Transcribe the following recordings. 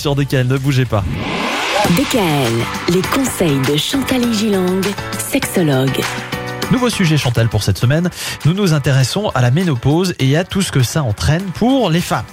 sur DKL, ne bougez pas. DKL, les conseils de Chantal Gilang, sexologue. Nouveau sujet Chantal pour cette semaine, nous nous intéressons à la ménopause et à tout ce que ça entraîne pour les femmes.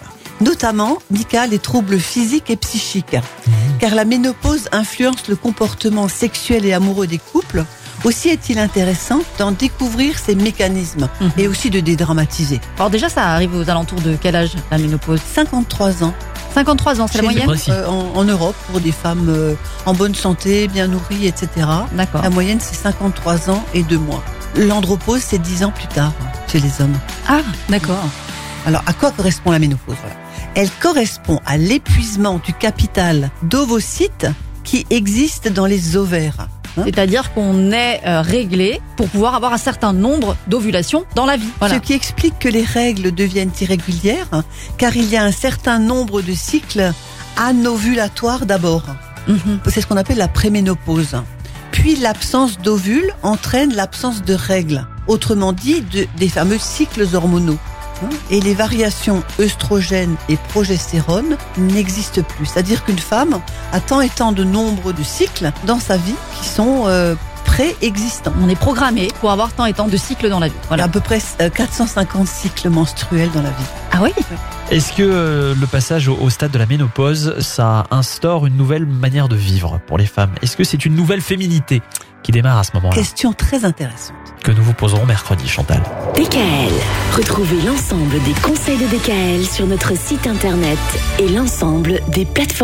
notamment Mika, les troubles physiques et psychiques. Mhm. Car la ménopause influence le comportement sexuel et amoureux des couples. Aussi est-il intéressant d'en découvrir ces mécanismes Mhm. et aussi de dédramatiser. Alors déjà, ça arrive aux alentours de quel âge la ménopause 53 ans 53 ans, c'est la Chez moyenne précis. euh, en, en Europe pour des femmes euh, en bonne santé, bien nourries, etc. D'accord. La moyenne, c'est 53 ans et 2 mois. L'andropause, c'est 10 ans plus tard hein, chez les hommes. Ah, d'accord. Alors, à quoi correspond la ménopause Voilà. Elle correspond à l'épuisement du capital d'ovocytes qui existe dans les ovaires. Hein C'est-à-dire qu'on est euh, réglé pour pouvoir avoir un certain nombre d'ovulations dans la vie. Voilà. Ce qui explique que les règles deviennent irrégulières, hein, car il y a un certain nombre de cycles anovulatoires d'abord. Mhm. C'est ce qu'on appelle la préménopause. Puis l'absence d'ovules entraîne l'absence de règles, autrement dit de- des fameux cycles hormonaux. hein. Et les variations œstrogènes et progestérone n'existent plus. C'est-à-dire qu'une femme a tant et tant de nombre de cycles dans sa vie qui sont euh, préexistants. On est programmé pour avoir tant et tant de cycles dans la vie. Il y a Voilà. à peu près euh, 450 cycles menstruels dans la vie. Ah oui Est-ce que euh, le passage au, au stade de la ménopause, ça instaure une nouvelle manière de vivre pour les femmes Est-ce que c'est une nouvelle féminité qui démarre à ce moment-là Question très intéressante. Que nous vous poserons mercredi Chantal. DKL. Retrouvez l'ensemble des conseils de DKL sur notre site internet et l'ensemble des plateformes.